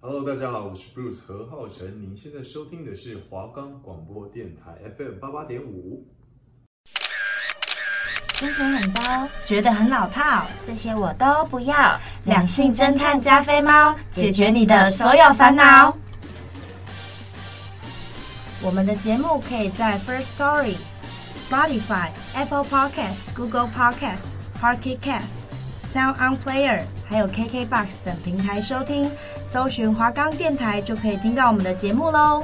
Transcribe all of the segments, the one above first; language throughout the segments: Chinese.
Hello，大家好，我是 Bruce 何浩晨，您现在收听的是华冈广播电台 FM 八八点五。心情很糟，觉得很老套。这些我都不要。两性侦探加菲猫，解决你的所有烦恼。我们的节目可以在 First Story、Spotify、Apple Podcast、Google Podcast、Pocket Cast、Sound On Player，还有 KKBox 等平台收听，搜寻华冈电台就可以听到我们的节目喽。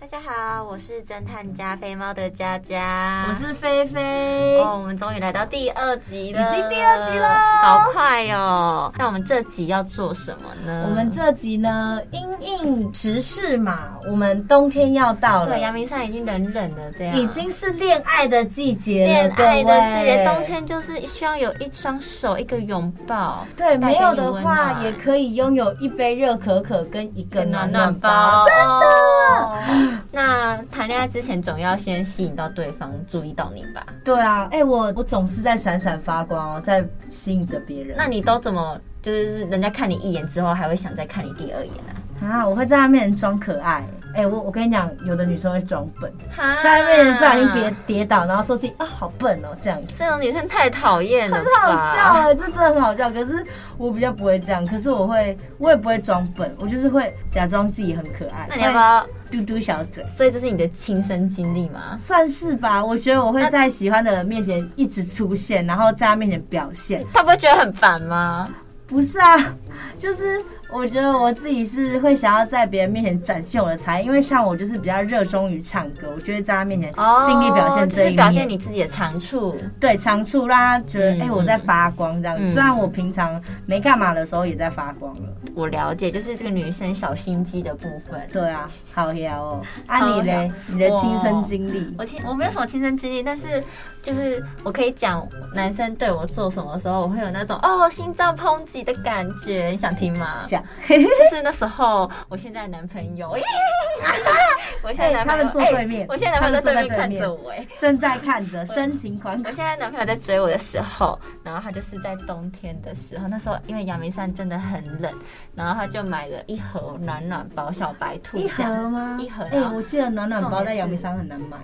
大家好，我是侦探加菲猫的佳佳，我是菲菲。哦，我们终于来到第二集了，已经第二集了好快哦！那我们这集要做什么呢？我们这集呢，因应时事嘛，我们冬天要到了对，阳明山已经冷冷的这样，已经是恋爱的季节了，啊恋爱的季各节，位冬。天就是需要有一双手，一个拥抱，对，没有带的给你温话暖也可以拥有一杯热可可跟一一个个暖暖暖暖包，包。真的。那谈恋爱之前总要先吸引到对方注意到你吧？对啊，哎、我我总是在闪闪发光哦，在吸引着别人。那你都怎么就是人家看你一眼之后，还会想再看你第二眼啊？啊，我会在他面前装可爱。哎、我我跟你讲，有的女生会装笨，哈在他面前不小心跌跌倒，然后说自己啊好笨哦这样子。这种女生太讨厌了，很好笑哎、。 这真的很好笑。可是我比较不会这样，可是我会，我也不会装笨，我就是会假装自己很可爱。那你要不要？会嘟嘟小嘴？所以这是你的亲身经历吗？算是吧，我觉得我会在喜欢的人面前一直出现，然后在他面前表现。他不会觉得很烦吗？不是啊， 就是我觉得我自己是会想要在别人面前展现我的才艺，因为像我就是比较热衷于唱歌，我就会在他面前尽力表现哦就这一是面，表现你自己的长处。对长处，让他觉得哎、嗯诶我在发光这样。嗯虽然我平常没干嘛的时候也在发光了。我了解，就是这个女生小心机的部分。对啊，好聊哦。啊超你嘞聊，你的亲身经历，我亲我没有什么亲身经历，但是就是我可以讲男生对我做什么的时候，我会有那种哦心脏抨击的感觉。你想听吗？想就是那时候我现在的男朋友， 我现在男朋友、哎他们坐对面哎我现在男朋友在对面他看们坐在对面着我、哎。 正在看着，深情款我款。现在男朋友在追我的时候，然后他就是在冬天的时候，那时候因为阳明山真的很冷，然后他就买了一盒暖暖包小白兔，一这盒样吗？一盒，嗯哎、然后我记得暖暖包重点在是阳明山很难买。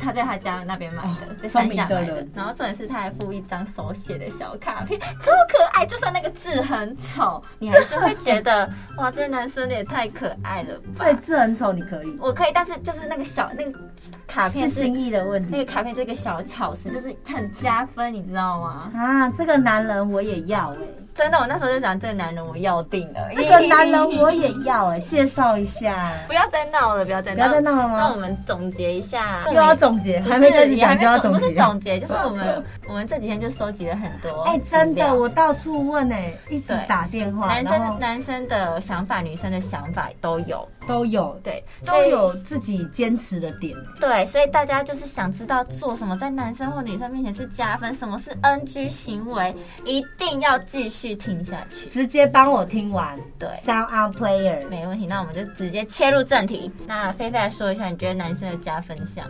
他在他家那边买的，在聪山明下买的的人。然后重点是他还附一张手写的小卡片，超可爱。就算那个字很丑，你还是会觉得哇，这男生也太可爱了所以吧。字很丑，你可以。啊我可以，但是就是那个小那个卡片是是心意的问那个题卡片这个小巧思，就是很加分，你知道吗？啊！这个男人我也要哎、真的，我那时候就想，这个男人我要定了。这个男人我也要哎、介绍一下， 不要再闹了，不要再不要再闹了那我吗？们总结一下，又要总结，不是还没开始也还没讲就要总总不是结。总结，就是我 们我们这几天就收集了很多。哎、真的，我。到处问哎、一直对打电话，男然后生男生的想法，女生的想法都有，都有，对，都所以有自己坚持的点、欸。对，所以大家就是想知道做什么在男生或女生面前是加分，什么是 NG 行为，一定要继续听下去。直接帮我听完。对，Sound on Player，没问题，那我们就直接切入正题。那菲菲来说一下，你觉得男生的加分项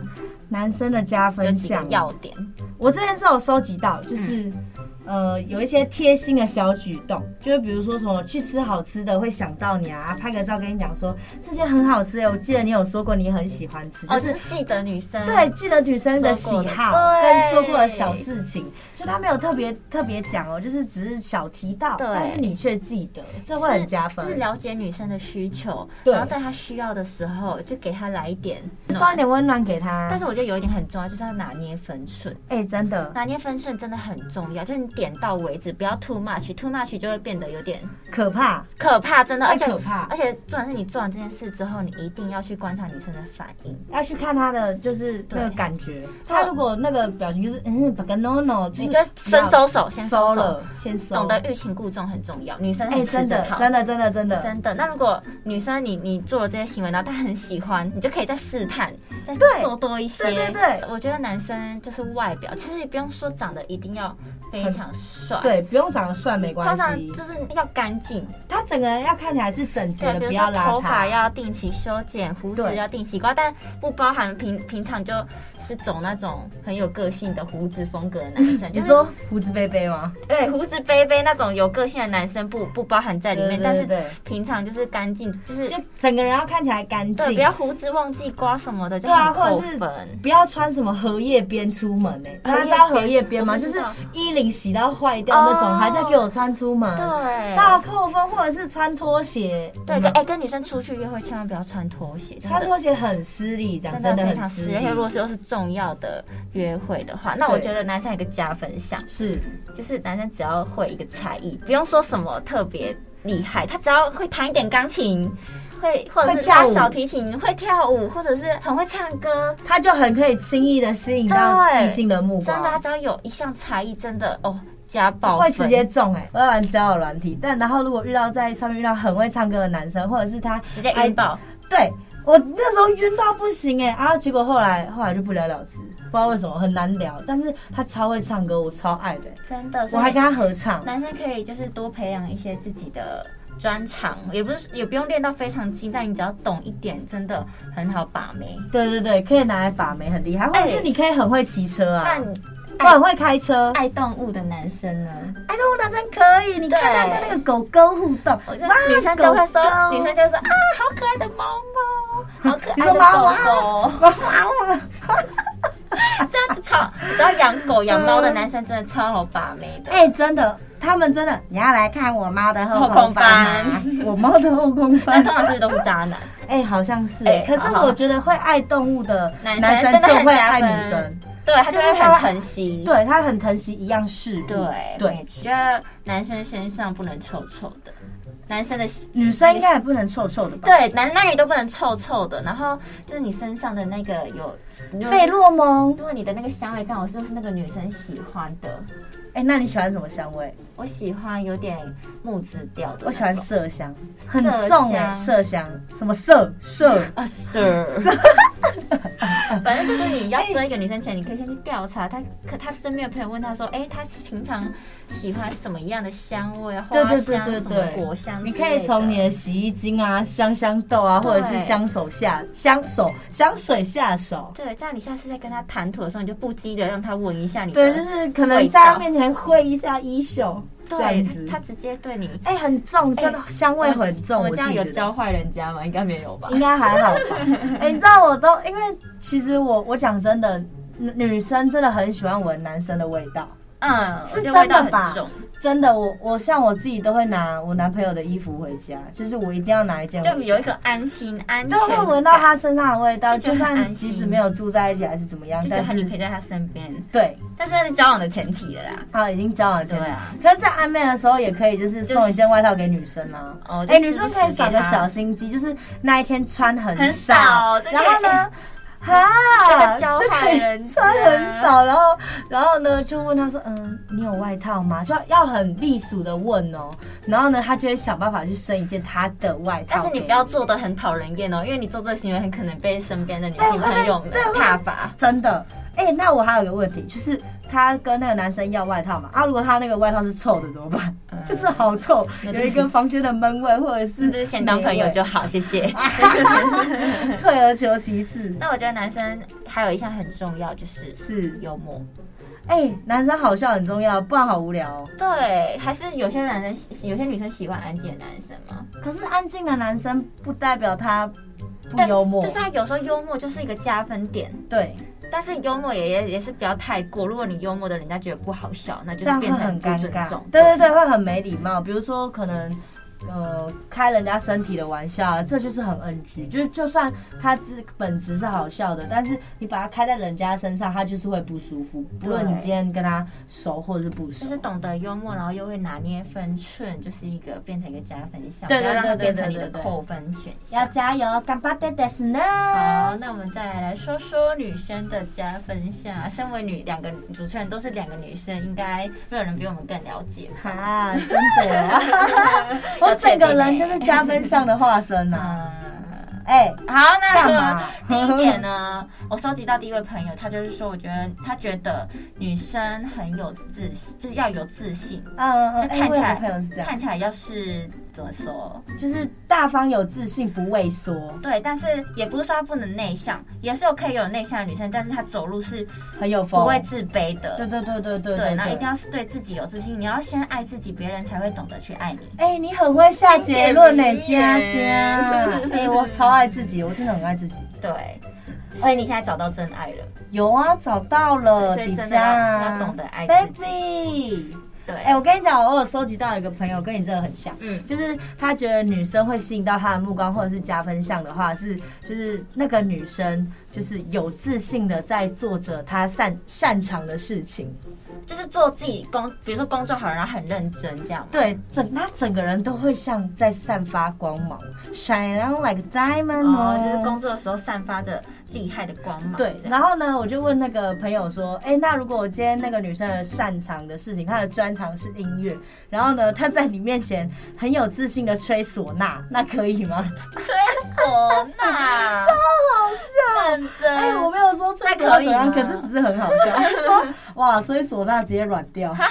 男生的加有分几个项。要点？我这边是有收集到，就是、嗯呃有一些贴心的小举动，就是比如说什么去吃好吃的会想到你啊，拍个照跟你讲说这件很好吃哎、我记得你有说过你很喜欢吃，就哦，是。就是记得女生对，记得女生的喜好跟说过的对说过的小事情，就他没有特别特别讲哦，就是只是小提到，对但是你却记得，这会很加分就是。了解女生的需求，对然后在她需要的时候就给她来一点暖烧一点温暖给他，但是我觉得有一点很重要，就是要拿捏分寸。哎、真的，拿捏分寸真的很重要，就是你点到为止，不要 too much，too much 就会变得有点可怕，可怕，真的。而太且可怕而且重点是你做完这件事之后，你一定要去观察女生的反应。要去看他的就是那个对感觉，他如果那个表情就是嗯，把个 no no，就是你就先收手，先收收手，了，先收，懂得欲擒故纵很重要。女生哎，很吃真这的，套，真的，真的，真的，真的。那如果女生你你做了这些行为，然后她很喜欢，你就可以再试探，再对做多一些。对对对我觉得男生就是外表，其实也不用说长得一定要非常常帅，，对，不用长得帅没关通常系，就是要干净，他整个人要看起来是整洁对，的，比不如要说邋头发遢。要定期修剪，胡子对要定期刮，但不包含平平常就是走那种很有个性的胡子风格的男 生，你就是说胡子贝贝吗？对胡子背背那种有个性的男生不不包含在里面，对对但是对平常就是干净，就是就整个人要看起来干对，净，不要胡子忘记刮什么的，就对啊很扣或者是分。不要穿什么荷叶边出门呢、欸？荷叶他边知道荷叶边吗？我就不知是道衣领洗到坏掉那种，哦还在给我穿出门，对，大扣分，或者是穿拖鞋，对跟哎、跟女生出去约会千万不要穿拖鞋，真的穿拖鞋很失礼，讲真真的的非常很失失礼。而且如果礼。是又是重要的约会的话，那我对觉得男生有一个加分项，是，就是男生只要会一个才艺，不用说什么特别厉害，他只要会弹一点钢琴，会或者会是跳拉舞小提琴，会跳舞，或者是很会唱歌。他就很可以轻易的吸引到对异性的目真光，的，他只要有一项才艺，真的哦，加爆会分直接中哎、欸！我要玩交友软体，但然后如果遇到在上面遇到很会唱歌的男生，或者是他直接哎晕爆。对我那时候晕到不行哎、啊！结果后来后来就不了了之，不知道为什么很难聊。但是他超会唱歌，我超爱的欸、真的，所我以还跟他合唱。男生可以就是多培养一些自己的专长，也不是也不用练到非常精，但你只要懂一点，真的很好把妹。对对对，可以拿来把妹，很厉哎害。或者是你可以很会骑车啊，那你或很会开车。爱动物的男生呢？哎，那我男生可以，你看他跟那个狗狗互动，我就哇女生就会说狗狗，女生就会说啊，好可爱的猫猫， 好可你爱说的猫啊狗狗，哇哇哇！这样子超，只要养狗养猫的男生真的超好把妹的。哎，真的，他们真的，你要来看我猫的后后空空翻吗，我猫的后空那 翻通。常是不是都是渣 男？哎，好像是哎欸。可是好好我觉得会爱动物的男生男生真的就很会加爱女分生。对他就会很疼惜。对他很疼惜一样事物，对对，觉得男生身上不能臭臭的，男生的女生应该也不能臭臭的吧？对，男男女都不能臭臭的。然后就是你身上的那个有费，洛蒙如，果你的那个香味刚好就是那个女生喜欢的，哎、那你喜欢什么香味？我喜欢有点木质调的那种。我喜欢麝香，很麝重哎、香麝香什么麝麝？啊，Sir，反正就是你要哎追一个女生前，你可以先去调查她，可她身边的朋友问她说，哎、她平常喜欢什么样的香味啊？对花对香、对对什对，么果香之你类的，可以从你的洗衣精啊、香香豆啊，对或者是香手下香手香水下手。对，这样你下次在跟她谈吐的时候，你就不羁的让她闻一下你的，对，就是可能在他面前挥一下衣袖，这样对子。她她直接对你。哎、很重，真的哎香味很重。我我这样自己有觉得嗯教坏人家吗？应该没有吧应。该还好 吧？哎、你知道我都因为其实我我讲真的，女女生真的很喜欢闻男生的味道，嗯，是我觉得味道真的吧很重，真的我我像我自己都会拿我男朋友的衣服回家，就是我一定要拿一件回家，就有一个安心安就全会感，闻到他身上的味道，就觉就得很算安即心使没有住在一起还是怎么样就，觉但得你陪是在她身边，对。但是那是交往的前提了啦。他已经交往了前提对啊可是，在暧昧的时候也可以，就是就是送一件外套给女生啊。哦就哎、时女不生时可以耍给个她小心机，就是那一天穿很很少，少就可以然后呢，这哈，个交就可换以人家穿很少，然后然后呢就问他说，嗯，你有外套吗？就要要很避暑的问哦。然后呢，他就会想办法去生一件他的外套但给。是你不要做的很讨人厌哦，因为你做这个行为很可能被身边的女性对会被朋友们对会挞伐。真的。哎、那我还有个问题，就是他跟那个男生要外套嘛？啊，如果他那个外套是臭的怎么办？嗯就是好臭，那有就一是个房间的闷味，或者是那就是先当朋友就好，谢 谢。霉味退而求其次。那我觉得男生还有一项很重要，就是是，幽默。哎、男生好笑很重要，不然好无聊、哦。对，还是有些男生喜，有些女生喜欢安静的男生嘛。可是安静的男生不代表他不但幽默，就是他有时候幽默就是一个加分点，对，但是幽默也也也是不要太过。如果你幽默的人家觉得不好笑，那就这是样会变很成不尴尊尬重。。对对对，会很没礼貌。比如说，可能呃开人家身体的玩笑啊，这就是很 NG。就是就算他自本质是好笑的，但是你把它开在人家身上，他就是会不舒服。不论你对今天跟他熟或者是不熟就，是懂得幽默，然后又会拿捏分寸，就是一个变成一个加分项，不对要对让它对对变成你对的对对扣分选要项。加油，干巴爹的是呢。好，那我们再来说说女生的加分项。啊身为女两个主持人都是两个女生，应该没有人比我们更了解吧。啊，真的，我整个人就是加分项的化身啊！嗯，哎、好，那干呃嘛第一点呢，我收集到第一位朋友，他就是说，我觉得他觉得女生很有自信，就是要有自信，嗯嗯就嗯，看起来哎我有个朋友是这样，看起来要是怎么说？就是大方有自信，不畏缩，对，但是也不是说她不能内向，也是有可以有内向的女生，但是她走路是很有风，不会自卑的。对对对对对对，然后一定要。要是对自己有自信，你要先爱自己，别人才会懂得去爱你。哎、你很会下结论呢、经佳典名佳。言 哎、我超爱自己，我真的很爱自己。对，所以你现在找到真爱了，有啊，找到了，所以底真的佳，要要懂得爱自己。 baby。对，哎、我跟你讲，我有收集到一个朋友，跟你这个很像，嗯，就是他觉得女生会吸引到他的目光，或者是加分项的话，是就是那个女生就是有自信的在做着她擅擅长的事情，就是做自己工，比如说工作好，然后很认真这样。对，整她整个人都会像在散发光芒，shine on like a diamond，哦，哦就是工作的时候散发着厉害的光芒。对这，样然后呢，我就问那个朋友说，哎、那如果我今天那个女生的擅长的事情，她的专长是音乐，然后呢，她在你面前很有自信的吹唢呐，那可以吗？吹 唢呐，超好笑，认真。哎、我没有 说吹唢呐怎样，那可可以吗是只是很好笑。他说，哇，吹唢呐直接软掉。哈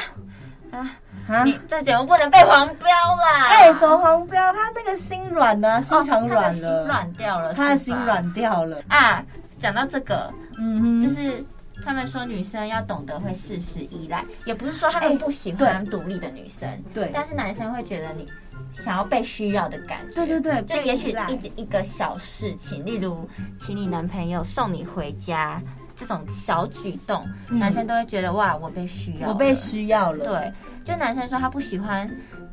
啊哈你这节目不能被黄标啦！哎、什么黄标？他那个心软呢、心哦肠软他的心了，软掉了，他的是心吧软掉了。啊。讲到这个，嗯哼，就是他们说女生要懂得会适时依赖，也不是说他们哎不喜对欢独立的女生，对但是男生会觉得你想要被需要的感觉，对对对就也许被依赖一一个小事情，例如请你男朋友送你回家这种小举动，嗯男生都会觉得哇，我被需要了，我被需要了。，对，就男生说他不喜欢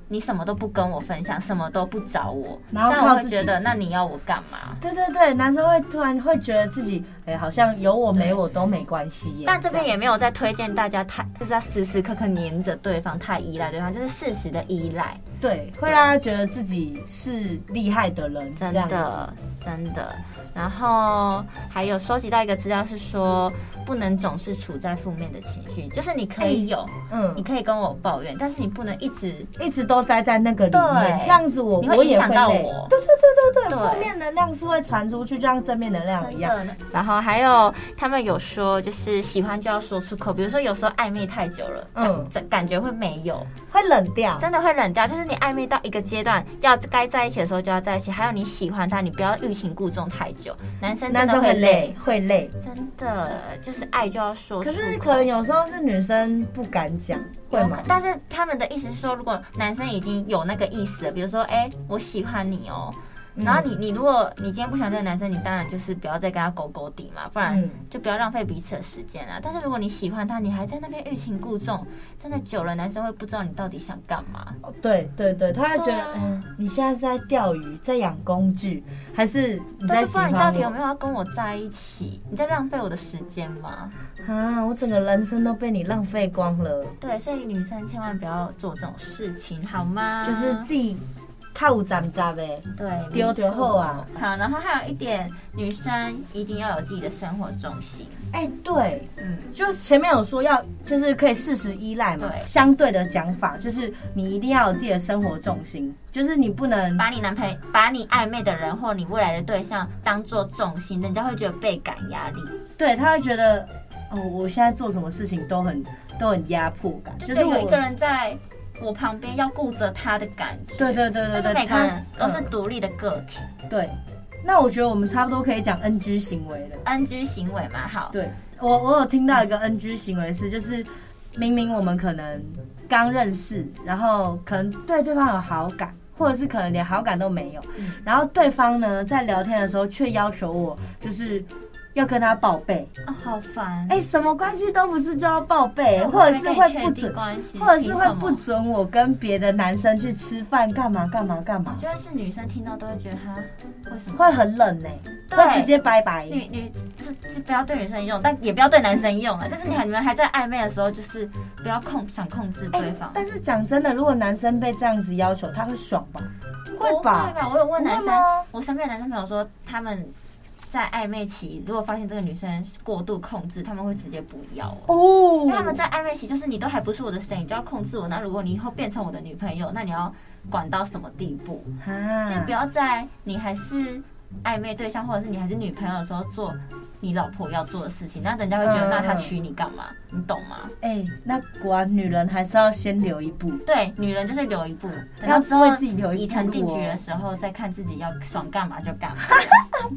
你什么都不跟我分享，什么都不找我，然后但我靠会自觉己得那你要我干嘛？对对对，男生会突然会觉得自己，哎、好像有我没我都没关系耶。但这边样也没有在推荐大家太，就是要时时刻刻黏着对方，太依赖对方，就是适时的依赖，对，会让他觉得自己是厉害的人，真这样子。的真的。然后还有收集到一个资料是说，不能总是处在负面的情绪，就是你可以有，你嗯，可以跟我抱怨，但是你不能一直一直都待在那个里面，对这样子我你会我也影响到累我对对对对对，对负面能量是会传出去，就像正面能量一样。真的。嗯然后还有他们有说，就是喜欢就要说出口，比如说有时候暧昧太久了，嗯嗯，感觉会没有，会冷掉。真的会冷掉。就是你暧昧到一个阶段，要该在一起的时候就要在一起。还有你喜欢他，你不要欲擒故纵太久，男生真男生的会会累累，，会累。真的就是爱就要说出可口。是可能有时候是女生不敢讲，会有可吗？但是他们的意思是说，如果男生已经有那个意思了，比如说，哎、我喜欢你哦、嗯然后你你如果你今天不喜欢这个男生，你当然就是不要再跟他勾勾底嘛，不然嗯就不要浪费彼此的时间啊。但是如果你喜欢他，你还在那边欲擒故纵，真的久了，男生会不知道你到底想干嘛。对对对，他会觉对得啊，嗯，你现在是在钓鱼，在养工具，还是你对，啊就在不喜知道欢你到底有我？没有要跟我在一起，你在浪费我的时间吗？啊，我整个人生都被你浪费光了，对，所以女生千万不要做这种事情，好吗？就是自己靠站站呗。对，丢没就好啊错。好，然后还有一点，女生一定要有自己的生活重心。哎、对，嗯，就前面有说要，就是可以适时依赖嘛。对相对的讲法就是，你一定要有自己的生活重心，就是你不能把你男朋友、把你暧昧的人或你未来的对象当做重心，人家会觉得倍感压力，对，他会觉得哦，我现在做什么事情都很都很压迫感，就就觉是得我有一个人在我旁边要顾着他的感觉。对对对对但对，是每个他人都是嗯独立的个体、对。那我觉得我们差不多可以讲 NG 行为了。 n g 行为嘛，好，对我，我有听到一个 NG 行为是，就是明明我们可能刚认识，然后可能对对方有好感，或者是可能连好感都没有，嗯然后对方呢在聊天的时候却要求我就是。要跟他报备，哦，好烦。哎、什么关系都不是就要报备，这种哎或者是跟你会确不定准，关系，或者是凭会什么不准我跟别的男生去吃饭，干嘛干嘛干嘛我，觉得是女生听到都会觉得她为什么会很冷呢、对会直接拜拜。女女这这不要对女生用，但也不要对男生用啊。就是你你们还在暧昧的时候，就是不要控想控制对方。哎但是讲真的，如果男生被这样子要求，他会爽吧？不哎会吧？吧？我有问男不生会吗，我身边的男生朋友说，他们在暧昧期，如果发现这个女生过度控制，他们会直接不要哦。哦因为他们在暧昧期，就是你都还不是我的谁，你就要控制我。那如果你以后变成我的女朋友，那你要管到什么地步？啊就不要在你还是暧昧对象或者是你还是女朋友的时候做你老婆要做的事情，那人家会觉得嗯那他娶你干嘛？你懂吗？哎、那果然女人还是要先留一步。对，女人就是留一步，等要到之后为自己留一步已成定局哦的时候再看自己要爽干嘛就干嘛。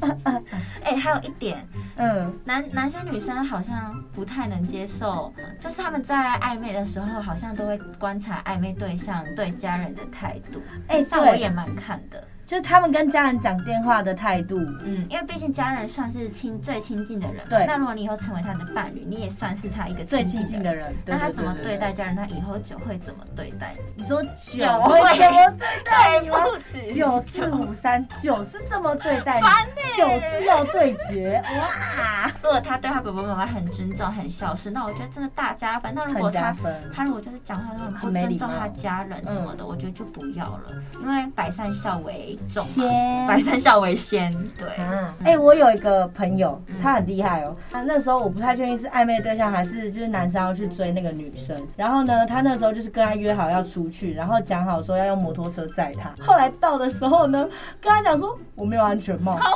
哎、还有一点，嗯，男男生女生好像不太能接受，呃就是他们在暧昧的时候，好像都会观察暧昧对象对家人的态度。哎、像我对，也蛮看的，就是他们跟家人讲电话的态度。嗯，因为毕竟家人算是亲最亲近的人嘛，对那如果你以后成为他的伴侣，你也算是他一个最亲亲近的人。的人，那他怎么对待对？家人，他以后就会怎么对待你。你说酒酒会会怎么对待对你不吗？ 起，九四五三九是这么对待你烦欸呢，九是要对决哇，如果他对他爸爸妈妈很尊重、很孝顺，那我觉得真的大加分。那如果很加他分。他如果就是讲话都很不很没礼尊貌重他家人什么的，我觉得就不要了，因为百善孝为重嘛，先百善孝为先。对，啊！哎、我有一个朋友，嗯他很厉害哦。他那时候我不太确定是暧昧对象还是就是男生要去追那个女生。然后呢，他那时候就是跟他约好要出去，然后讲好说要用摩托车载他。后来到的时候呢，跟他讲说我没有安全帽，好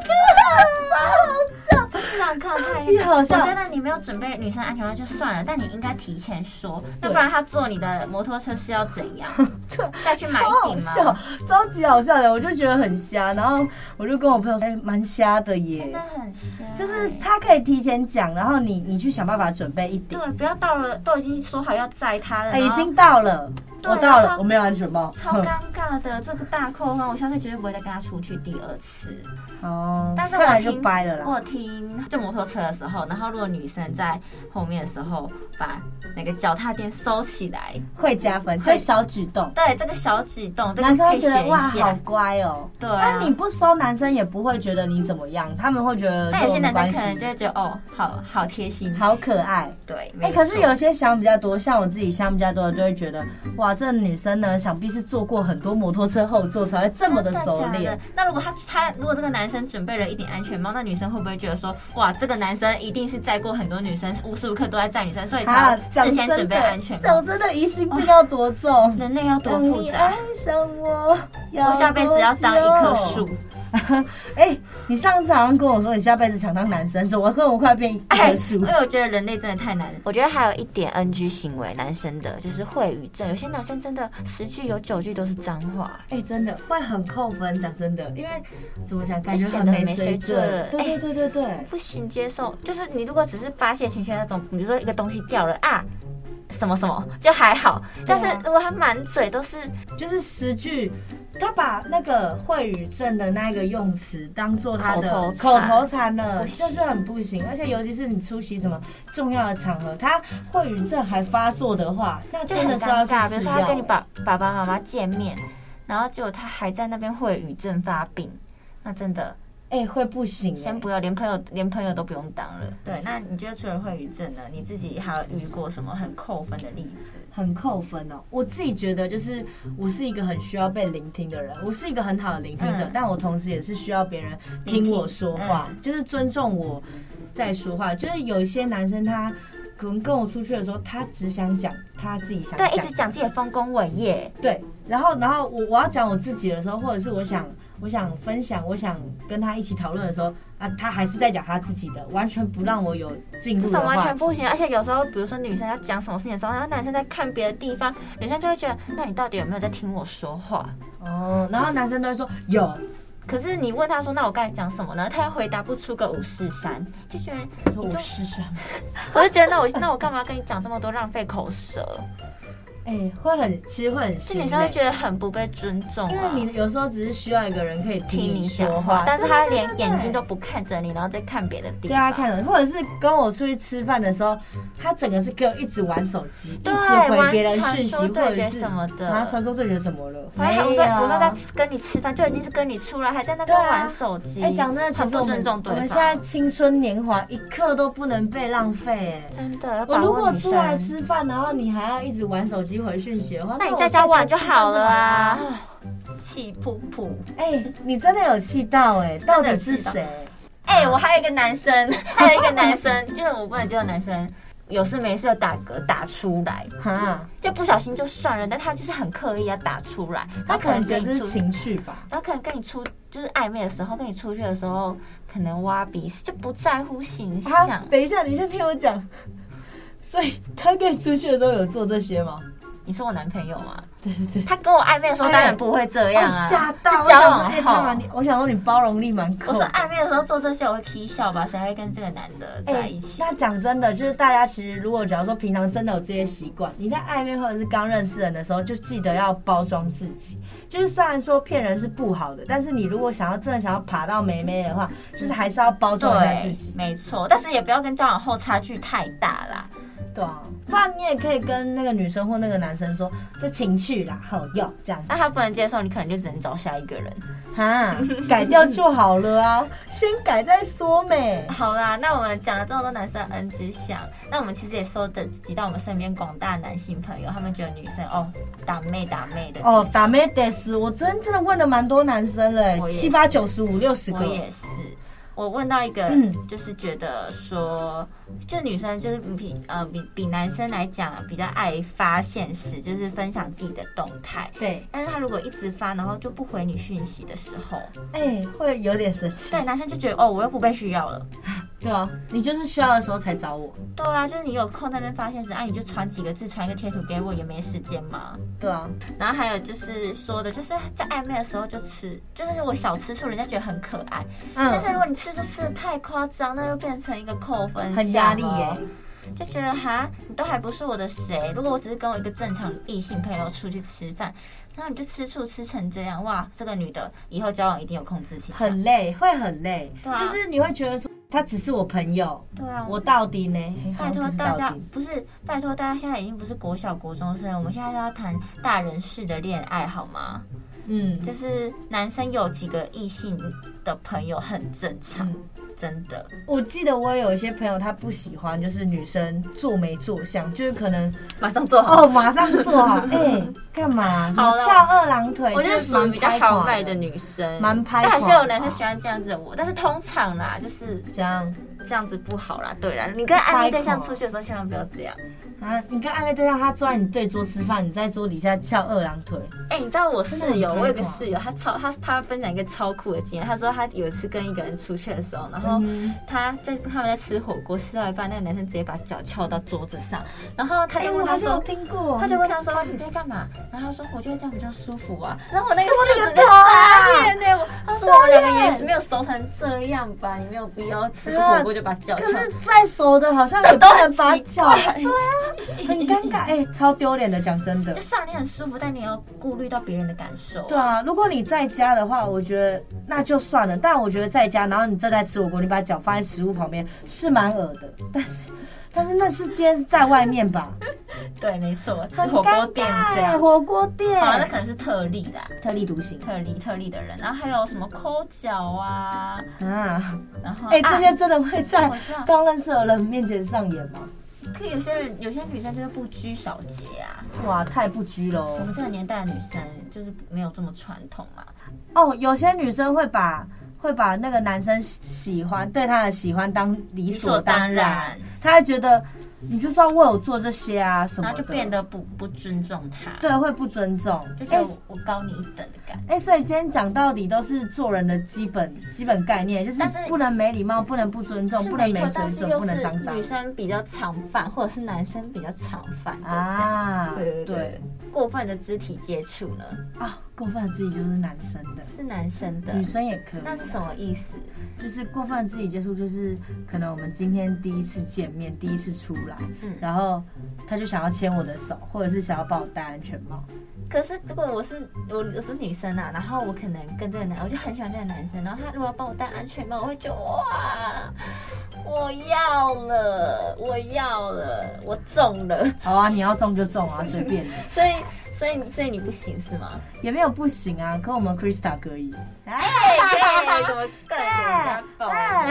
尴尬，好笑，这样看超太级好笑我觉得你没有准备女生安全帽就算了，但你应该提前说，要对不然他坐你的摩托车是要怎 样？再去买超一好顶吗？笑，超级好笑的，我就觉得很瞎。然后我就跟我朋友说，哎、蛮瞎的耶，真的很瞎，哎就是他可以提前讲，然后你你去想办法准备一点。对，不要到了都已经说好要载他了，哎，已然后经到了，啊对我到然了，后我没有安全帽。 超 尴尬的，这个大扣啊分，我下次绝对不会再跟他出去第二次。哦，但是看我来就听掰了啦。我听就摩托车的时候，然后如果女生在后面的时候把那个脚踏垫收起来，会加分，会就小举动。对这个小举动，这个男生可会以觉得学一哇好下。乖哦，对啊但你不收，男生也不会觉得你怎么样，他们会觉得但有些说没男生关可能就系，会觉得哦，好好贴心，好可爱。对。哎、没可是错有些想比较多，像我自己想比较多的，就会觉得哇，这女生呢，想必是坐过很多摩托车后座才会这么的熟真假练的。那如果他他如果这个男生准备了一顶安全帽，那女生会不会觉得说，哇，这个男生一定是载过很多女生，无时无刻都在载女生，所以才啊要事先准备安全帽讲？真的，疑心病要多重？人类要 多让复你杂爱？上我，我我下辈子要当一棵树。。 哎、你上次好像跟我说你下辈子想当男生，怎么更快变一棵树 哎因？为我觉得人类真的太难。我觉得还有一点 NG 行为，男生的就是秽语症，有些男生真的十句有九句都是脏话。哎、真的会很扣分，讲真的，因为怎么讲，感觉就显很得没很没水水准。准哎对对对对对，不行，接受就是你如果只是发泄情绪的那种，比如说一个东西掉了啊，什么什么就还好，但是如果他满嘴都是就是十句，他把那个秽语症的那个用词当做他的口头禅口头禅了，不就行是很不行。而且尤其是你出席什么重要的场合，他秽语症还发作的话，那就很真的是尴要去尬。比如吃说药他跟你爸爸爸妈妈见面，然后结果他还在那边会语症发病，那真的哎、会不行、哎先不要，连朋友连朋友都不用当了。对，那你觉得除了会语症呢，你自己还有遇过什么很扣分的例子？很扣分哦。我自己觉得，就是我是一个很需要被聆听的人，我是一个很好的聆听者，嗯但我同时也是需要别人聆听听我说话，就是尊重我在说话。就是有一些男生他。可能跟我出去的时候，他只想讲他自己想对讲，，一直讲自己的丰功伟业，对，然后然后我我要讲我自己的时候，或者是我想我想分享，我想跟他一起讨论的时候，啊，他还是在讲他自己的，完全不让我有进这入的种话完全题不行。而且有时候，比如说女生要讲什么事情的时候，然后男生在看别的地方，女生就会觉得，那你到底有没有在听我说话？哦。然后男生都会说有，可是你问他说，那我刚才讲什么呢？他又回答不出个五四三，就觉得我说你我就是什么？我就觉 得那我那我干嘛跟你讲这么多浪费口舌？哎、会很，其实会很这心累。女生会觉得很不被尊重因啊。为你有时候只是需要一个人可以听你你说讲话，但是他连眼睛。对对对对都不看着你，然后再看别的地对方。他看了，或者是跟我出去吃饭的时候，他整个是给我一直玩手机，一对直回别人玩讯息，传或说对者决是什么的然后传说对决怎么了？啊我还想说，没有我说在跟你吃饭，就已经是跟你出来，还在那边对啊玩手机。哎、讲真的，其很实不我尊们重对我们现在方。青春年华一刻都不能被浪费、哎，真的要我嗯把如果握女出来生。吃饭，然后你还要一直玩手机回讯息的话，那你我在家玩就吃饭好了啊。气噗噗！哎、你真的有气到哎、到底是气到谁？ 哎、我还有一个男生，还有一个男生，就是我不能接受男生有事没事的打嗝打出来，哈，就不小心就算了，但他就是很刻意要打出来，他他可可能能觉跟得这你出，是情绪吧。然后可能跟你出就是暧昧的时候，跟你出去的时候，可能挖鼻屎就不在乎形啊象，，等一下，你先听我讲。所以他跟你出去的时候有做这些吗？你说我男朋友吗？对对对。他跟我暧昧的时候哎当然不会这样啊，我吓到！是我交想说，哎，往干嘛后。你？我想说你包容力蛮够我的。说暧昧的时候做这些，我会 k 笑吧，谁还会跟这个男的在一起？哎那讲真的，就是大家其实如果假如说平常真的有这些习惯，你在暧昧或者是刚认识人的时候，就记得要包装自己。就是虽然说骗人是不好的，但是你如果想要真的想要爬到妹妹的话，就是还是要包装一下自对己，。没错，但是也不要跟交往后差距太大啦。对啊，不然你也可以跟那个女生或那个男生说这情趣啦，好要这样子那他不能接受，你可能就只能找下一个人。哈，改掉就好了啊， 先改再说呗。好啦，那我们讲了这么多男生的 NG 项，那我们其实也收的集到我们身边广大男性朋友，他们觉得女生哦打妹打妹的。哦，打妹得死！我昨天真的问了蛮多男生了、我也是七八九十五六十我个。也是。我问到一个，嗯就是觉得说，就女生就是比呃比比男生来讲比较爱发现实，就是分享自己的动态。对，但是他如果一直发，然后就不回你讯息的时候，哎、会有点生气。对男生就觉得哦，我又不被需要了。对啊，你就是需要的时候才找我。对啊，就是你有空在那边发现时，啊，你就传几个字，传一个贴图给我，也没时间嘛。对啊，然后还有就是说的，就是在暧昧的时候就吃，就是我小吃醋，人家觉得很可爱。嗯，但是如果你吃醋吃的太夸张，那又变成一个扣分，很压力耶、。啊就觉得哈，你都还不是我的谁。如果我只是跟我一个正常异性朋友出去吃饭，然后你就吃醋吃成这样，哇，这个女的以后交往一定有控制倾向。很累，会很累。对啊就是你会觉得说，他只是我朋友，对啊，我到底呢？好拜托像不是大家到底，不是拜托大家，现在已经不是国小国中生，我们现在都要谈大人式的恋爱，好吗？嗯，就是男生有几个异性的朋友很正常，嗯真的。我记得我有一些朋友，他不喜欢就是女生做没做相，就是 可能马上做啊哦，马上做好， 哎、干嘛？好了翘二郎腿，我就是是属于比较蛮开豪阔迈的。女生，蛮拍但还是垮有的男生吧喜欢这样子的我，但是通常啦，就是这样这样子不好啦。对啦，你跟暧昧对象出去的时候千万不要这样。啊？你跟暧昧对象，他坐在你对桌吃饭，你在桌底下翘二郎腿，哎、你知道我室友，真的很开阔我有个室友，他超他他分享一个超酷的经验，他说他有一次跟一个人出去的时候，然后嗯他在他们在吃火锅，吃到一半，那个男生直接把脚翘到桌子上，然后他哎、就我问他好像说。有听过，他就问他说：“你在干嘛？”然后他说：“我觉得这样比较舒服啊。”然后我那个说室你友个整个头啊傻眼呢、我他说：“我们两个也是没有熟成这样吧？你没有必要吃个火锅就把脚翘可。是再熟的，好像也 不都很能把奇脚，对啊，很尴尬，哎、超丢脸的，讲真的就。算你很舒服，但你要顾虑到别人的感受。对啊，如果你在家的话，我觉得那就算了。但我觉得在家，然后你正在吃火锅，你把脚放在食物旁边是蛮恶的。但是，但是那是今天是在外面 吧？对，没错，吃很火锅尴店尬这欸，样。火锅店好，那可能是特例啦，特立独行特例特例的人。然后还有什么抠脚啊，啊！然后哎、这啊些真的会在我知道刚认识的人面前上演吗？可有些人有些女生就是不拘小节啊。哇，太不拘了我们这个年代的女生就是没有这么传统嘛。哦。有些女生会把会把那个男生喜喜欢对她的喜欢当理所当然，她会觉得你就算我有做这些啊什么然的，后就变得不不尊重他，，对会不尊重，就觉哎得我高你一等的感觉。哎、所以今天讲到底都是做人的基本基本概念，就是但是不能没礼貌，不能不尊重，是不能没没错，水但是准，又不能脏是脏女生比较常犯，或者是男生比较常犯的这样。啊对对对，过分的肢体接触呢，啊，过分的自己就是男生的，是男生的，女生也可以。那是什么意思？就是过分自己接触，就是可能我们今天第一次见面，第一次出来，嗯然后他就想要牵我的手，或者是想要帮我戴安全帽，可是如果我是我我是女生啊，然后我可能跟这个男，我就很喜欢这个男生，然后他如果帮我戴安全帽，我会觉得哇，我要了，我要了，我中了。 好啊，你要中就中啊，随便你。所以，所以所以你不行是吗？也没有不行啊，跟我们 Krista 可以。哎，对， 怎么个人给人家抱怨 啊？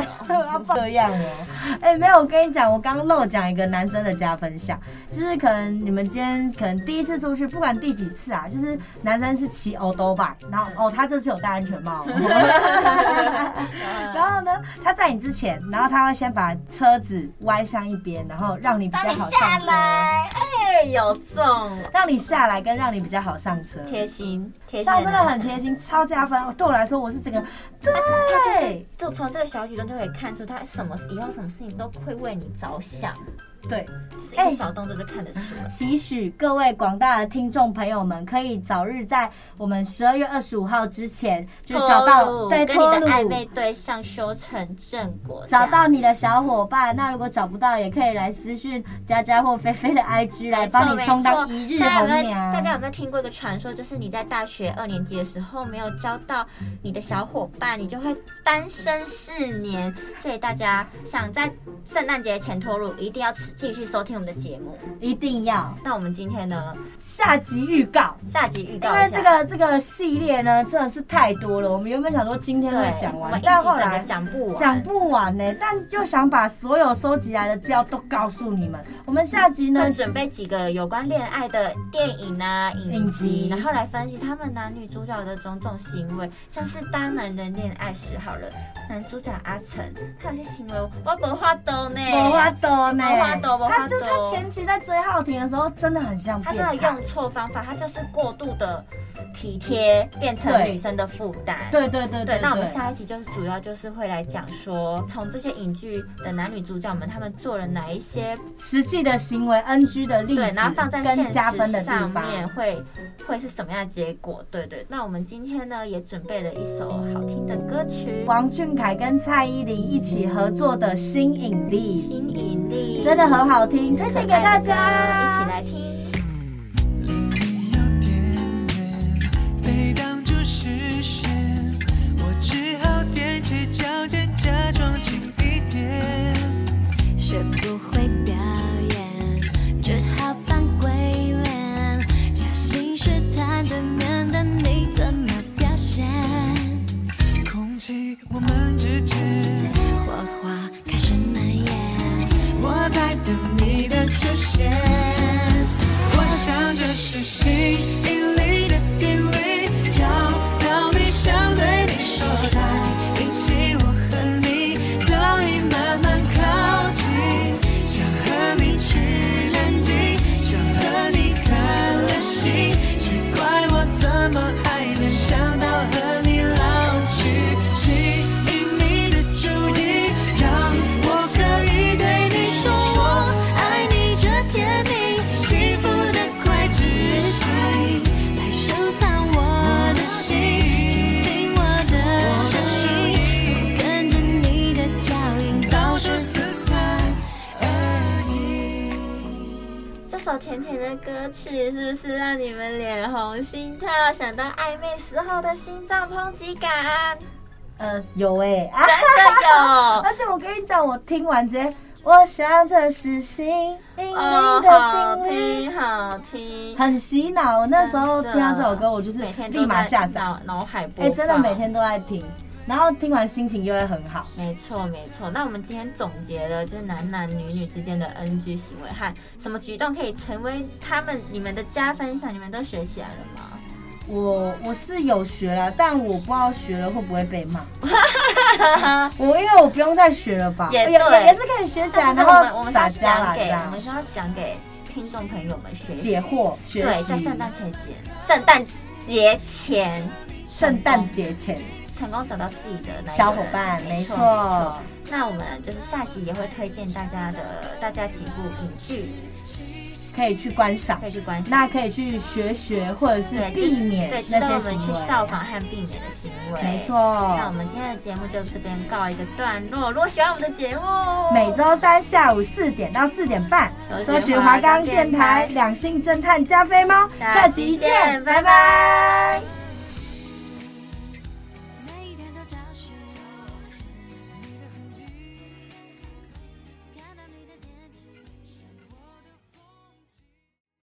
这样哦，哎、没有，我跟你讲，我刚漏讲一个男生的加分项，就是可能你们今天可能第一次出去，不管第几次啊，就是男生是骑欧兜吧，然后哦，他这次有戴安全 帽哎哦、然后呢，他在你之前，然后他会先把车子歪向一边，然后让你比帮较你好下上车，来，哎，有中，让你下来跟让你比较好上车，贴心，啊贴心，这样真的很贴。心，超加分。哦对我来说，我是这个，对，他就是，就从这个小举动就可以看出，他什么以后什么事情都会为你着想，对。就是一个小动作就看得出来。期许各位广大的听众朋友们，可以早日在我们十二月二十五号之前，就找脱到乳对跟你脱的暧乳昧，对象修成正果，找到你的小伙伴。那如果找不到，也可以来私讯佳佳或菲菲的 IG 来帮你充当一日大家有红没有大家娘。有没有听过一个传说，就是你在大学二年级的时候没有交到你的小伙伴，你就会单身四年。所以大家想在圣诞节前脱乳，一定要持继续收听我们的节目。一定要那我们今天呢，下集预告。下集预告因一下，为这个这个系列呢，真的是太多了。我们原本想说今天会对，讲我完们，一但集后整来个讲不完，讲不完呢、但就想把所有收集来的资料都告诉你们。我们下集呢那，准备几个有关恋爱的电影啊、影影集，集然后来分析他们男女主角的种种行为，像是当男人恋爱时好了，男主角阿成他有些行为我没话兜呢，没花多呢，没哎法度没法度他就他前期在追浩庭的时候，真的很像他变真的态。用错方法，他就是过度的体贴，变成对女生的负担。对对对对，那我们下一集就是主要就是会来讲说，从这些影剧的男女主角们，他们做了哪一些实际的行为 NG 的例子，对，然后放在现跟加分的实地上方。面会会是什么样的结果？对对，那我们今天呢也准备了一首好听的歌曲《王俊凯跟蔡依林一起合作的《新引力新引力》》，真的很好听，推荐给大一家起。来听。离你有点远，被挡住视线，我只好踮起脚尖，假装近一点。学不会表演，只好扮鬼脸，小心试探对面的你怎么表现。空气，我们之间，火花开始蔓延，我在等你的出现。我想这是吸引力的定律，找到你想对你说的，引起我和你早已慢慢靠近，想和你去南极，想和你看流星，是怪我怎么爱恋，想到和你老去，吸引你的注意，让我可以对你说我爱你，这甜蜜幸福的快窒息。来收藏我的心，倾听我的声音，我跟着你的脚印到处四散。这首甜甜的歌曲是不是让你们脸红心跳，想到暧昧时候的心脏抨击感？呃，有哎、啊，真的有。 而且我跟你讲，我听完直接，我想这是新引力哦，的好定律。听，好听。很洗脑。那时候真听的到这首歌，我就是每天都立马在下载，脑脑海播哎、放。真的每天都在听，然后听完心情就会很好。没错，没错。那我们今天总结了，就是男男女女之间的 NG 行为和什么举动可以成为他们你们的加分项，你们都学起来了吗？我我是有学了，但我不知道学了会不会 被骂。我因为我不用再学了吧，也也对也是可以学起来，但是然我们我后们是要撒娇讲啦，这给我样们是要讲给听众朋友们学习解。惑学对，在习。圣诞节前，圣诞节前圣诞节前，成功找到自己的那个人小伙伴，没错错，没错。那我们就是下集也会推荐大家的大家几部影剧可以去观赏可以，去观赏。那可以去学学，或者是对，避免对，那值得我些们行去为。效仿和避免的行为。没错那我们今天的节目就这边告一个段落。如果喜欢我们的节目，每周三下午四点到四点半，搜搜寻寻华华冈冈电电台台两性侦探加菲猫，下下集集见见，拜拜拜拜